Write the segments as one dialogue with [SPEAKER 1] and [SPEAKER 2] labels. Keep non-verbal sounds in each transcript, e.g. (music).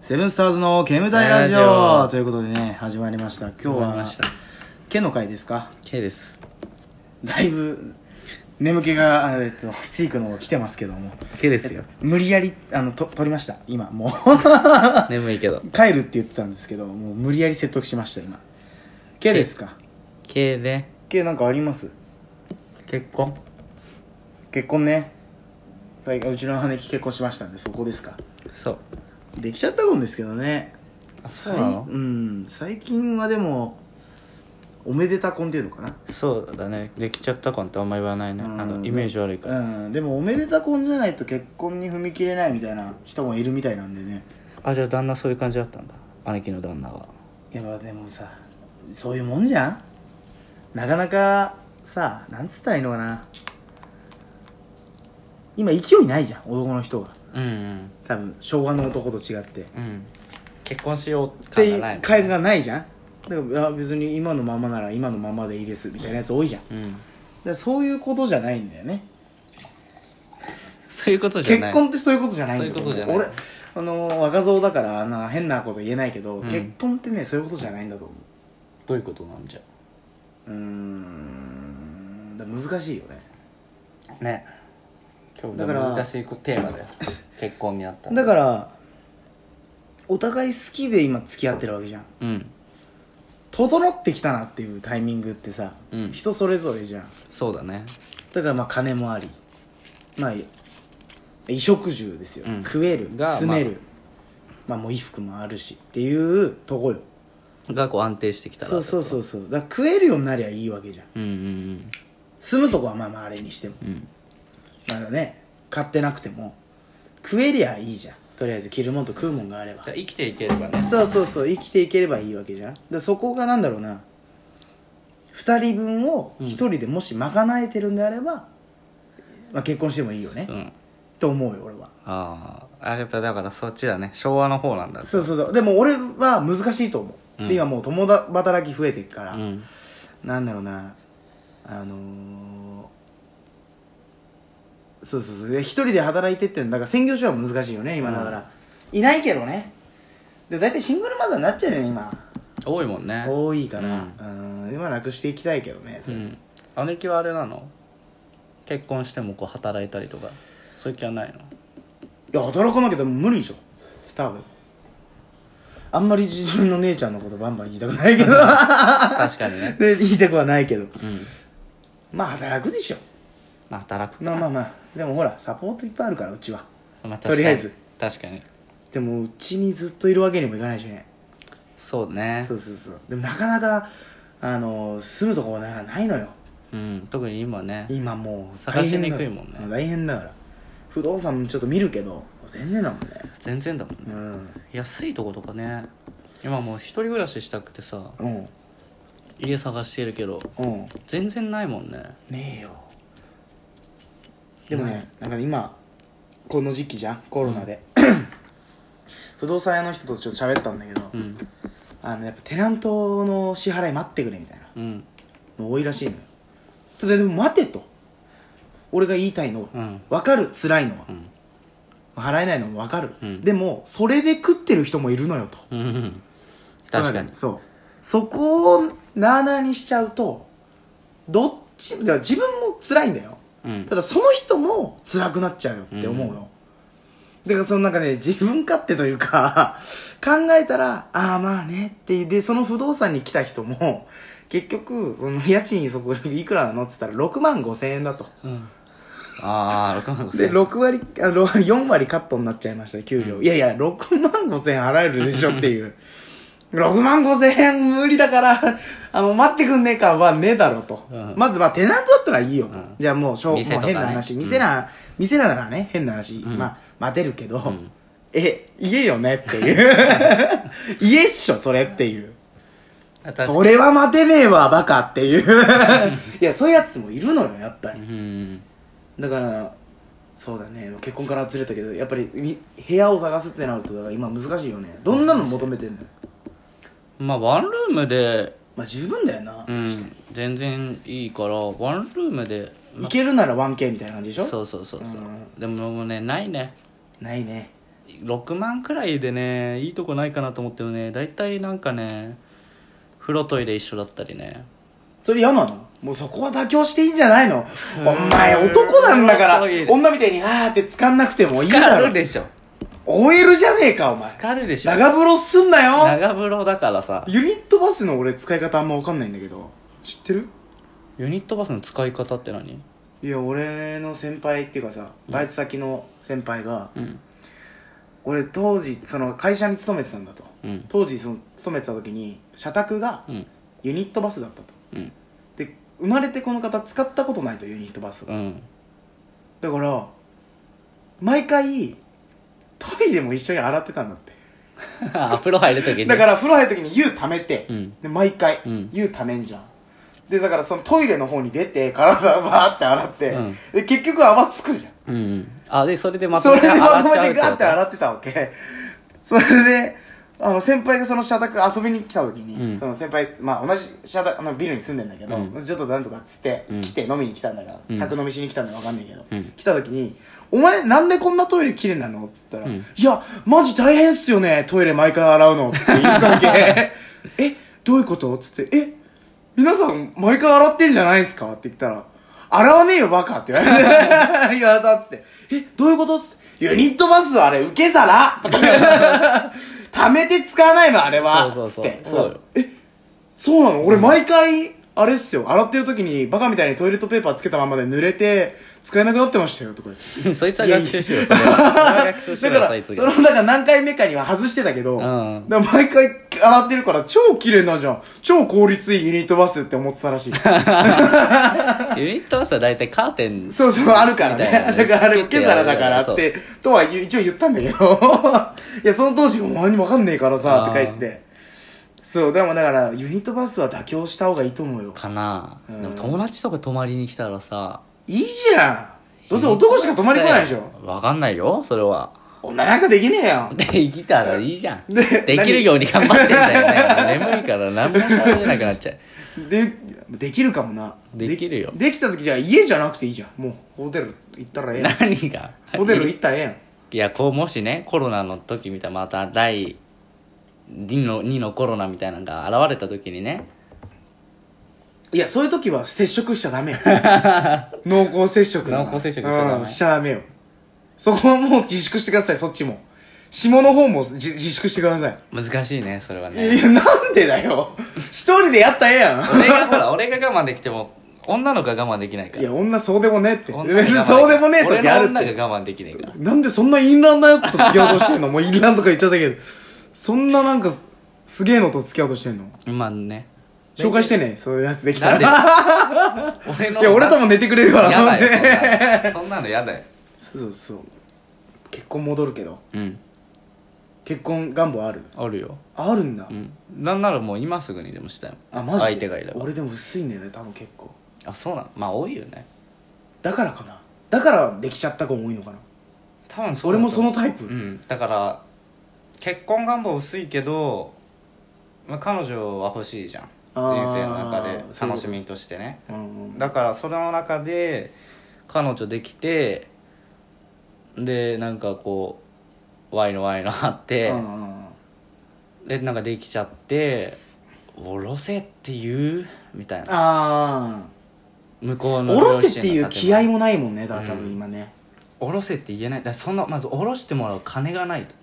[SPEAKER 1] セブンスターズの煙たいラジ
[SPEAKER 2] ラジ
[SPEAKER 1] オ
[SPEAKER 2] オ
[SPEAKER 1] ということでね始まりました今日
[SPEAKER 2] わかり
[SPEAKER 1] は
[SPEAKER 2] ました
[SPEAKER 1] 毛の回ですか
[SPEAKER 2] K です
[SPEAKER 1] だいぶ眠気があえっとチークの方来てますけども
[SPEAKER 2] K ですよ
[SPEAKER 1] 無理やりあのと取りました今もう (laughs)
[SPEAKER 2] 眠いけど
[SPEAKER 1] 帰るって言ってたんですけどもう無理やり説得しました今毛ですか
[SPEAKER 2] K で
[SPEAKER 1] 毛なんかあります
[SPEAKER 2] 結婚
[SPEAKER 1] 結婚ね最近うちの姉貴結婚しましたんでそこですか
[SPEAKER 2] そう
[SPEAKER 1] できちゃったもんですけどね
[SPEAKER 2] あ
[SPEAKER 1] さいうん最近はでもおめでた婚程度かな
[SPEAKER 2] そうだねできちゃった婚ってあんま言わないねあ
[SPEAKER 1] うん
[SPEAKER 2] のイメージ悪いから、
[SPEAKER 1] うんでもおめでた婚じゃないと結婚に踏み切れないみたいな人もいるみたいなんでね
[SPEAKER 2] あじゃあ旦那そういう感じだったんだ兄貴の旦那は
[SPEAKER 1] やっぱでもさそういうもんじゃんなかなかさなんつったらいいのかな今勢いないじゃん男の人が
[SPEAKER 2] うんうん
[SPEAKER 1] 多分昭和の男と違ってっ
[SPEAKER 2] うん結婚しよう
[SPEAKER 1] てい
[SPEAKER 2] 感が
[SPEAKER 1] う
[SPEAKER 2] ない
[SPEAKER 1] 会がないじゃんだからいや別に今のままなら今のままでいいですみたいなやつ多いじゃんだか
[SPEAKER 2] うん
[SPEAKER 1] らそういうことじゃないんだよね
[SPEAKER 2] そういうことじゃな
[SPEAKER 1] 結
[SPEAKER 2] い
[SPEAKER 1] 婚ってそういうことじゃないんだ
[SPEAKER 2] そういうことじゃない
[SPEAKER 1] 俺あのー若造だからな変なこと言えないけど、
[SPEAKER 2] うん
[SPEAKER 1] 結婚ってねそういうことじゃないんだと思
[SPEAKER 2] どういうことなんじゃ
[SPEAKER 1] ううーんだから難しいよね
[SPEAKER 2] ね今日
[SPEAKER 1] だから
[SPEAKER 2] 難しいテーマだよ結婚になった
[SPEAKER 1] だ
[SPEAKER 2] ら
[SPEAKER 1] からお互い好きで今付き合ってるわけじゃん
[SPEAKER 2] うん
[SPEAKER 1] 整ってきたなっていうタイミングってさ、
[SPEAKER 2] うん
[SPEAKER 1] 人それぞれじゃん
[SPEAKER 2] そうだね
[SPEAKER 1] だからまあ金もありまあ衣食住ですよ、
[SPEAKER 2] うん
[SPEAKER 1] 食える
[SPEAKER 2] が
[SPEAKER 1] 住める、まあ、もう衣服もあるしっていうとこよ
[SPEAKER 2] がこう安定してきたら
[SPEAKER 1] そうそう
[SPEAKER 2] う
[SPEAKER 1] そうそうだから食えるようになりゃいいわけじゃん
[SPEAKER 2] うんうん
[SPEAKER 1] 住むとこはまあまああれにしても
[SPEAKER 2] うんうん
[SPEAKER 1] まだね買ってなくても食えりゃいいじゃんとりあえず着るもんと食うもんがあれば
[SPEAKER 2] だから生きていければね
[SPEAKER 1] そうそうそう生きていければいいわけじゃんでそこがなんだろうな2人分を1人でもし賄えてるんであれば、まあ、結婚してもいいよね、
[SPEAKER 2] うん
[SPEAKER 1] と思うよ俺は
[SPEAKER 2] あーあやっぱだからそっちだね昭和の方なんだ
[SPEAKER 1] そうそうそうでも俺は難しいと思う、
[SPEAKER 2] うん
[SPEAKER 1] で今もう共働き増えていくから、
[SPEAKER 2] うん
[SPEAKER 1] なんだろうなあのーそうそうそうで一人で働いてってんだから専業主婦は難しいよね今だから、いないけどねで大体シングルマザーになっちゃうよね今
[SPEAKER 2] 多いもんね
[SPEAKER 1] 多いから
[SPEAKER 2] う
[SPEAKER 1] うん今なくしていきたいけどねそれ
[SPEAKER 2] うん姉貴はあれなの結婚してもこう働いたりとかそういう気はないの
[SPEAKER 1] いや働かなきゃでも無理でしょ多分あんまり自分の姉ちゃんのことバンバン言いたくないけど
[SPEAKER 2] 確かにね
[SPEAKER 1] (laughs) で言いたくはないけど
[SPEAKER 2] うん
[SPEAKER 1] まあ働くでしょ
[SPEAKER 2] まあ働くか
[SPEAKER 1] まあまあまあでもほらサポートいっぱいあるからうちは
[SPEAKER 2] まあ
[SPEAKER 1] とりあえず
[SPEAKER 2] 確かに確かに
[SPEAKER 1] でもうちにずっといるわけにもいかないしね
[SPEAKER 2] そうね
[SPEAKER 1] そうそうそうでもなかなかあの住むとこがなんかないのよ
[SPEAKER 2] うん特に今ね
[SPEAKER 1] 今もう
[SPEAKER 2] 探し
[SPEAKER 1] 大変
[SPEAKER 2] に
[SPEAKER 1] だ
[SPEAKER 2] くいもんね
[SPEAKER 1] う大変だから不動産もちょっと見るけど全然だもんね
[SPEAKER 2] 全然だも
[SPEAKER 1] う
[SPEAKER 2] んね
[SPEAKER 1] ん
[SPEAKER 2] 安いとことかね今もう一人暮らししたくてさ
[SPEAKER 1] うん
[SPEAKER 2] 家探してるけど
[SPEAKER 1] うん
[SPEAKER 2] 全然ないもんね
[SPEAKER 1] ねえよでもねなんか今この時期じゃんコロナで、 (coughs) 不動産屋の人とちょっと喋ったんだけど、
[SPEAKER 2] うん
[SPEAKER 1] あのやっぱテナントの支払い待ってくれみたいな
[SPEAKER 2] うん
[SPEAKER 1] の多いらしいのよただでも待てと俺が言いたいのは、
[SPEAKER 2] うん
[SPEAKER 1] 分かる辛いのは
[SPEAKER 2] う、ん
[SPEAKER 1] 払えないのも分かる、
[SPEAKER 2] うん
[SPEAKER 1] でもそれで食ってる人もいるのよと
[SPEAKER 2] うんうん確かに
[SPEAKER 1] そうそこをなあなあにしちゃうとどっちだから自分も辛いんだよ
[SPEAKER 2] うん
[SPEAKER 1] ただその人も辛くなっちゃうよって思うの、だからそのなんかね自分勝手というか (laughs) 考えたらああまあねっていうでその不動産に来た人も結局その家賃そこいくらなのって言ったら6万5千円だと
[SPEAKER 2] うんああ6万5千
[SPEAKER 1] で
[SPEAKER 2] 円
[SPEAKER 1] 6割あろ4割 (laughs) カットになっちゃいました給料、いやいや6万5千円払えるでしょっていう (laughs) 6万5千円無理だから (laughs) あの待ってくんねえかはねえだろと、
[SPEAKER 2] うん
[SPEAKER 1] まずまあテナントだったらいいよと、
[SPEAKER 2] うん
[SPEAKER 1] じゃあもうしょう
[SPEAKER 2] 店
[SPEAKER 1] もう
[SPEAKER 2] とか
[SPEAKER 1] 変
[SPEAKER 2] ね
[SPEAKER 1] な話店な,、店ならね変な話、
[SPEAKER 2] うん
[SPEAKER 1] まあ待てるけど、
[SPEAKER 2] ん
[SPEAKER 1] え家よねっていう
[SPEAKER 2] (laughs)
[SPEAKER 1] 家っしょそれっていう
[SPEAKER 2] 確かに
[SPEAKER 1] それは待てねえわバカっていう (laughs) いやそういうやつもいるのよやっぱり
[SPEAKER 2] うん
[SPEAKER 1] だからそうだね結婚からずれたけどやっぱりみ部屋を探すってなるとだから今難しいよねどんなの求めてんのよ
[SPEAKER 2] まあワンルームで、
[SPEAKER 1] まあ十分だよな、
[SPEAKER 2] う
[SPEAKER 1] 確か
[SPEAKER 2] ん、全然いいからワンルームで
[SPEAKER 1] にいけるなら 1K みたいな感じでしょ
[SPEAKER 2] そうそうそうそ
[SPEAKER 1] う
[SPEAKER 2] う
[SPEAKER 1] ん
[SPEAKER 2] でももうねないね
[SPEAKER 1] ないね
[SPEAKER 2] 6万くらいでねいいとこないかなと思ってもね大体なんかね風呂トイレ一緒だったりね
[SPEAKER 1] それ嫌なのもうそこは妥協していいんじゃないの
[SPEAKER 2] う
[SPEAKER 1] お
[SPEAKER 2] ーん
[SPEAKER 1] 前男なんだから
[SPEAKER 2] トイレ
[SPEAKER 1] 女みたいにあーってつかんなくてもいいだ
[SPEAKER 2] か
[SPEAKER 1] ろ
[SPEAKER 2] るでしょ
[SPEAKER 1] OL じゃねえかお前
[SPEAKER 2] つかるでしょ
[SPEAKER 1] 長風呂すんなよ
[SPEAKER 2] 長風呂だからさ
[SPEAKER 1] ユニットバスの俺使い方あんま分かんないんだけど知ってる
[SPEAKER 2] ユニットバスの使い方って何
[SPEAKER 1] いや俺の先輩っていうかさ
[SPEAKER 2] うん
[SPEAKER 1] バイト先の先輩が、
[SPEAKER 2] うん
[SPEAKER 1] 俺当時その会社に勤めてたんだと
[SPEAKER 2] うん
[SPEAKER 1] 当時その勤めてた時に社宅が
[SPEAKER 2] うん
[SPEAKER 1] ユニットバスだったと
[SPEAKER 2] うん
[SPEAKER 1] で生まれてこの方使ったことないとユニットバス
[SPEAKER 2] う
[SPEAKER 1] が (laughs)
[SPEAKER 2] ん
[SPEAKER 1] だから毎回トイレも一緒に洗ってたんだって
[SPEAKER 2] あ風呂入るときに
[SPEAKER 1] だから風呂入る時に湯溜めて、
[SPEAKER 2] うん
[SPEAKER 1] で毎回
[SPEAKER 2] うん
[SPEAKER 1] 湯溜めんじゃんでだからそのトイレの方に出て体バーって洗って、
[SPEAKER 2] うん
[SPEAKER 1] で結局泡つくじゃん
[SPEAKER 2] うんうんあでそれでまと
[SPEAKER 1] そ
[SPEAKER 2] め
[SPEAKER 1] れ
[SPEAKER 2] て
[SPEAKER 1] でまとめて
[SPEAKER 2] 洗ちゃ
[SPEAKER 1] ガ
[SPEAKER 2] う
[SPEAKER 1] ーって洗ってたわけそれであの先輩がその社宅遊びに来た時に、
[SPEAKER 2] うん
[SPEAKER 1] その先輩、まあ、同じ社宅あのビルに住んでんだけど、
[SPEAKER 2] う
[SPEAKER 1] ちょっとなんとかっつって、
[SPEAKER 2] うん
[SPEAKER 1] 来て飲みに来たんだから、
[SPEAKER 2] うん
[SPEAKER 1] 宅飲みしに来たんだか分かんないけど、
[SPEAKER 2] うん
[SPEAKER 1] 来た時に「お前なんでこんなトイレ綺麗なの?」っつったら「
[SPEAKER 2] うん
[SPEAKER 1] いやマジ大変っすよねトイレ毎回洗うの」って言ったわけ
[SPEAKER 2] (laughs)
[SPEAKER 1] 「えどういうこと?」っつって「え皆さん毎回洗ってんじゃないですか?」って言ったら「洗わねえよバカ」って言わ
[SPEAKER 2] (laughs)
[SPEAKER 1] れて言われたっつって「えどういうこと?」っつって「ユニットバスあれ受け皿」とか
[SPEAKER 2] (laughs)
[SPEAKER 1] 言って「溜めて使わないのあれは」
[SPEAKER 2] そうそうそう
[SPEAKER 1] つって
[SPEAKER 2] そうよ
[SPEAKER 1] えそうなの俺毎回、あれっすよ、洗ってる時にバカみたいにトイレットペーパーつけたままで濡れて、使えなくなってましたよ、とか言って。
[SPEAKER 2] (laughs) そいつは学習しろよそれはそれは学習し
[SPEAKER 1] だか
[SPEAKER 2] ろよ
[SPEAKER 1] ら、
[SPEAKER 2] そい
[SPEAKER 1] その、
[SPEAKER 2] つが
[SPEAKER 1] だから何回目かには外してたけど、
[SPEAKER 2] ん
[SPEAKER 1] だから毎回洗ってるから超綺麗なんじゃん。超効率いいユニットバスって思ってたら
[SPEAKER 2] (laughs)
[SPEAKER 1] しい。
[SPEAKER 2] ユニットバスは大体カーテン
[SPEAKER 1] そうそう、あるからね
[SPEAKER 2] みたいな。ね
[SPEAKER 1] (laughs) だからあれ受け皿だから
[SPEAKER 2] そう
[SPEAKER 1] って、とは一応言ったんだけど、 (laughs) いや、その当時お前にわかんねえからさ、とか言って。そう、でもだから、ユニットバスは妥協した方がいいと思うよ。
[SPEAKER 2] かな、
[SPEAKER 1] うん
[SPEAKER 2] でも友達とか泊まりに来たらさ
[SPEAKER 1] いいじゃんどうせ男しか泊まり来ないでしょ
[SPEAKER 2] わかんないよそれは
[SPEAKER 1] 女なんかできねえよ
[SPEAKER 2] できたらいいじゃん
[SPEAKER 1] で
[SPEAKER 2] できるように頑張ってんだよね眠いから何も食べれなくなっちゃう
[SPEAKER 1] でできるかもな
[SPEAKER 2] できるよ
[SPEAKER 1] できた時じゃあ家じゃなくていいじゃんもうホテル行ったらええや
[SPEAKER 2] 何が
[SPEAKER 1] んホテル行ったらええやん
[SPEAKER 2] いやこうもしねコロナの時みたいなまた第2の ,2 のコロナみたいなのが現れた時にね
[SPEAKER 1] いやそういう時は接触しちゃ
[SPEAKER 2] (laughs)
[SPEAKER 1] ダメよ濃厚接触だから
[SPEAKER 2] 濃厚接触しちゃダ
[SPEAKER 1] う
[SPEAKER 2] メ
[SPEAKER 1] んしちゃダメよそこはもう自粛してくださいそっちも下の方も自自粛してください、
[SPEAKER 2] 難しいねそれはね
[SPEAKER 1] いやなんでだよ一人でやったらええや
[SPEAKER 2] 俺がほら俺が我慢できても女の子が我慢できないか
[SPEAKER 1] ん
[SPEAKER 2] ら
[SPEAKER 1] いや女そうでもねえって
[SPEAKER 2] 女が我慢
[SPEAKER 1] 別にそうでもねえ時あるって
[SPEAKER 2] 俺の女が我慢できないから
[SPEAKER 1] なんでそんなインランなやつと付き合おうとしてんのもうインランとか言っちゃったけど。そんななんかす、すげえのと付き合おうとしてんの
[SPEAKER 2] まあね
[SPEAKER 1] 紹介してね、そういうやつできた
[SPEAKER 2] なんで
[SPEAKER 1] ら。
[SPEAKER 2] 俺
[SPEAKER 1] (laughs)
[SPEAKER 2] の
[SPEAKER 1] いや、俺とも寝てくれるから。
[SPEAKER 2] やだよ
[SPEAKER 1] ね
[SPEAKER 2] そんなのそんなのやだよ
[SPEAKER 1] (laughs) そうそう。結婚戻るけど。
[SPEAKER 2] うん
[SPEAKER 1] 結婚願望ある
[SPEAKER 2] あるよ
[SPEAKER 1] あるんだ
[SPEAKER 2] う。んなんならもう今すぐにでもしたいもん
[SPEAKER 1] あ、マジで
[SPEAKER 2] 相手がいれば
[SPEAKER 1] 俺でも薄いんだよね、多分結構。
[SPEAKER 2] あそうなのまあ多いよね
[SPEAKER 1] だからかな。だからできちゃった子も多いのかな。
[SPEAKER 2] 多分そう
[SPEAKER 1] 俺
[SPEAKER 2] だと思
[SPEAKER 1] も
[SPEAKER 2] う
[SPEAKER 1] そのタイ
[SPEAKER 2] う
[SPEAKER 1] プ。
[SPEAKER 2] んだから結婚願望薄いけど、まあ、彼女は欲しいじゃん人
[SPEAKER 1] あー
[SPEAKER 2] 生の中で
[SPEAKER 1] そういうこと
[SPEAKER 2] 楽しみとしてね
[SPEAKER 1] うんうん。
[SPEAKER 2] だからその中で彼女できてでなんかこうワイのワイのあって、
[SPEAKER 1] うんうんうん
[SPEAKER 2] でなんかできちゃって「おろせ」って言うみたいな
[SPEAKER 1] あ
[SPEAKER 2] 向こう
[SPEAKER 1] ー。
[SPEAKER 2] の
[SPEAKER 1] おろせっていう気合
[SPEAKER 2] も
[SPEAKER 1] もないもんね、だから多
[SPEAKER 2] う
[SPEAKER 1] 分
[SPEAKER 2] ん
[SPEAKER 1] 今ね。
[SPEAKER 2] おろせって言えないだからそんなまずおろしてもらう金がないと、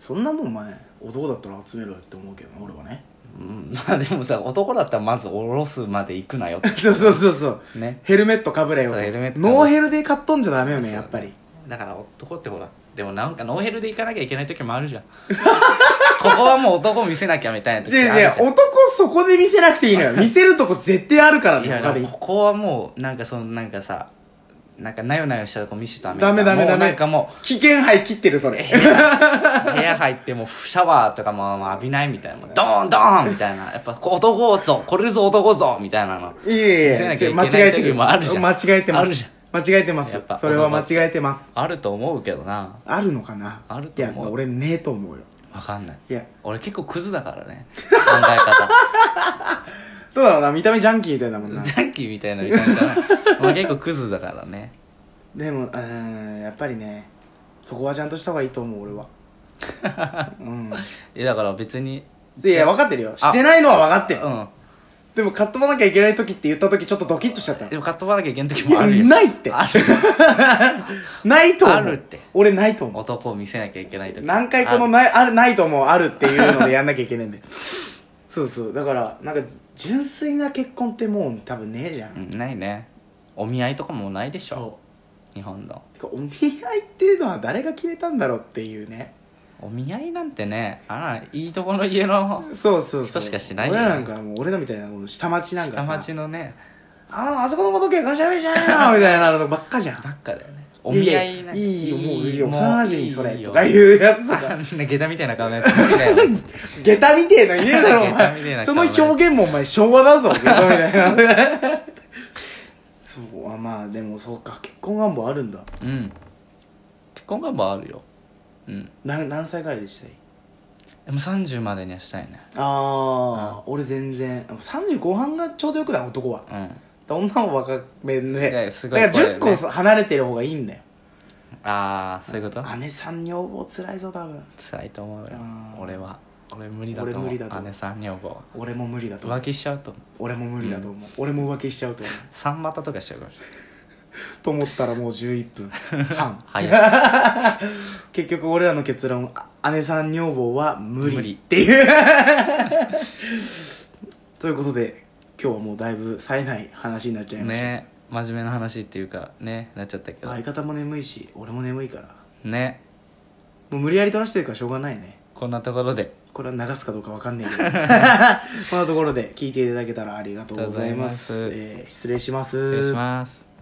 [SPEAKER 1] そんなもんお前男だったら集めろよって思うけどな俺はね
[SPEAKER 2] うん、まあでもさ男だったらまずおろすまで行くなよっ
[SPEAKER 1] そうそうそうそう
[SPEAKER 2] てね
[SPEAKER 1] ヘルメットかぶれよ
[SPEAKER 2] そうヘルメットかぶれ
[SPEAKER 1] ノーヘルで買っとんじゃダメよね
[SPEAKER 2] そう
[SPEAKER 1] やっぱり
[SPEAKER 2] だから男ってほらでもなんかノーヘルで行かなきゃいけない時もあるじゃん (laughs) ここはもう男見せなきゃみたいな時
[SPEAKER 1] じゃ
[SPEAKER 2] あ
[SPEAKER 1] あじ
[SPEAKER 2] る
[SPEAKER 1] ゃ
[SPEAKER 2] じゃん
[SPEAKER 1] 男そこで見せなくて
[SPEAKER 2] (laughs)
[SPEAKER 1] いいのよ見せるとこ絶対あるから
[SPEAKER 2] い
[SPEAKER 1] ね
[SPEAKER 2] や
[SPEAKER 1] 他で
[SPEAKER 2] ここはもうなんかそのなんかさなんかなよなよしたとこ見せたら
[SPEAKER 1] ダメダメダメ
[SPEAKER 2] なんかも
[SPEAKER 1] 危険牌切ってるそれ
[SPEAKER 2] う部屋入ってもうシャワーとかももう浴びないみたいなもうドーンドーンみたいなやっぱこう男ぞこれぞ男ぞみたいなの
[SPEAKER 1] (laughs) いやい
[SPEAKER 2] 見
[SPEAKER 1] や
[SPEAKER 2] せ
[SPEAKER 1] いや
[SPEAKER 2] なきゃいけ
[SPEAKER 1] 間
[SPEAKER 2] な
[SPEAKER 1] 違
[SPEAKER 2] い
[SPEAKER 1] えてる
[SPEAKER 2] 時もあるじゃん
[SPEAKER 1] 間違えてま
[SPEAKER 2] あるじ
[SPEAKER 1] す間違えてます
[SPEAKER 2] やっぱ
[SPEAKER 1] それは間違えてます
[SPEAKER 2] あると思うけどな
[SPEAKER 1] あるのかな
[SPEAKER 2] あると思う
[SPEAKER 1] いや俺ねえと思うよ
[SPEAKER 2] わかんない
[SPEAKER 1] いや
[SPEAKER 2] 俺結構クズだからね考え
[SPEAKER 1] どうだろうな見た目ジャンキーみたいなもんな
[SPEAKER 2] (laughs) 方ジャンキーみたいな見た目じゃない俺結構クズだからね
[SPEAKER 1] でもうーんやっぱりねそこはちゃんとした方がいいと思う俺
[SPEAKER 2] (laughs)
[SPEAKER 1] はうん
[SPEAKER 2] えだから別に
[SPEAKER 1] いや分かってるよしてないのは分かってん
[SPEAKER 2] うん
[SPEAKER 1] でも買っとかなきゃいけない時って言った時ちょっとドキッとしちゃったの
[SPEAKER 2] でも買っとかなきゃいけん時
[SPEAKER 1] い
[SPEAKER 2] もあ
[SPEAKER 1] や
[SPEAKER 2] るよ
[SPEAKER 1] ないって
[SPEAKER 2] (laughs) ある
[SPEAKER 1] ないと思う
[SPEAKER 2] あるって
[SPEAKER 1] 俺ないと思う
[SPEAKER 2] 男を見せなきゃいけない時
[SPEAKER 1] 何回このないあるないと思うあるっていうのでやんなきゃいけないんで (laughs) そうそうだからなんか純粋な結婚ってもう多分ねえじゃん、
[SPEAKER 2] うんないねお見合いとかもないでしょ
[SPEAKER 1] そ
[SPEAKER 2] 日本の
[SPEAKER 1] うてかお見合いっていうのは誰が決めたんだろうっていうね
[SPEAKER 2] お見合いなんてねあらいいとこの家の
[SPEAKER 1] そうそうそ
[SPEAKER 2] 人
[SPEAKER 1] う
[SPEAKER 2] しかしないよ
[SPEAKER 1] 俺
[SPEAKER 2] ね
[SPEAKER 1] らなんかもう俺らみたいなこの下町なんかさ
[SPEAKER 2] 下町のね
[SPEAKER 1] あああそこの子時計ガシャガシャみたいなのばっかじゃん
[SPEAKER 2] ばっかだよねお見合いなん
[SPEAKER 1] や
[SPEAKER 2] て
[SPEAKER 1] いやいいよもういいよ
[SPEAKER 2] も
[SPEAKER 1] 幼馴染にそれ
[SPEAKER 2] いいよ
[SPEAKER 1] とかいうやつと
[SPEAKER 2] あ (laughs)
[SPEAKER 1] か
[SPEAKER 2] んな下駄みたいな顔のやつ無理だよ
[SPEAKER 1] (laughs) 下駄みてえの言えだろお
[SPEAKER 2] 下駄みてえ
[SPEAKER 1] 前
[SPEAKER 2] な
[SPEAKER 1] その表現もお前昭和だぞ下駄みたいなそうあまあでもそうか結婚願望あるんだ
[SPEAKER 2] うん結婚願望あるようん
[SPEAKER 1] な何歳ぐらいでしたい
[SPEAKER 2] でも30までにはしたいね
[SPEAKER 1] ああ俺全然30後半がちょうどよくない男は
[SPEAKER 2] うん
[SPEAKER 1] 女も若めん
[SPEAKER 2] いや
[SPEAKER 1] ね
[SPEAKER 2] す
[SPEAKER 1] だ
[SPEAKER 2] ご
[SPEAKER 1] か
[SPEAKER 2] い
[SPEAKER 1] ら10
[SPEAKER 2] 声だよね
[SPEAKER 1] 個離れてる方がいいんだよ
[SPEAKER 2] ああそういうこと
[SPEAKER 1] 姉さん女房つらいぞ多分
[SPEAKER 2] 辛いと思うよ
[SPEAKER 1] あー
[SPEAKER 2] 俺は俺無理だと
[SPEAKER 1] 俺
[SPEAKER 2] 思
[SPEAKER 1] 無理だと
[SPEAKER 2] う
[SPEAKER 1] 思う
[SPEAKER 2] 姉さん女房は
[SPEAKER 1] 俺も無理だと思
[SPEAKER 2] 浮
[SPEAKER 1] う
[SPEAKER 2] 気しちゃうと思う
[SPEAKER 1] 俺も無理だと思う俺も浮気しちゃうと思う (laughs)
[SPEAKER 2] 三股とかしちゃうかもし
[SPEAKER 1] と思ったらもう11分
[SPEAKER 2] (laughs)
[SPEAKER 1] 半
[SPEAKER 2] れない早い
[SPEAKER 1] 結局俺らの結論あ姉さん女房は無理
[SPEAKER 2] 無理
[SPEAKER 1] っていう (laughs) ということで今日はもうだいぶ冴えない話になっちゃいました、
[SPEAKER 2] ね真面目な話っていうかねなっちゃったけど
[SPEAKER 1] 相方も眠いし俺も眠いから
[SPEAKER 2] ね
[SPEAKER 1] もう無理やり取らしてるからしょうがないね
[SPEAKER 2] こんなところで
[SPEAKER 1] これは流すかどうかわかんないけど
[SPEAKER 2] (laughs)
[SPEAKER 1] こんなところで聞いていただけたらありがとうございます
[SPEAKER 2] ありがとうございます
[SPEAKER 1] えー失礼します
[SPEAKER 2] 失礼します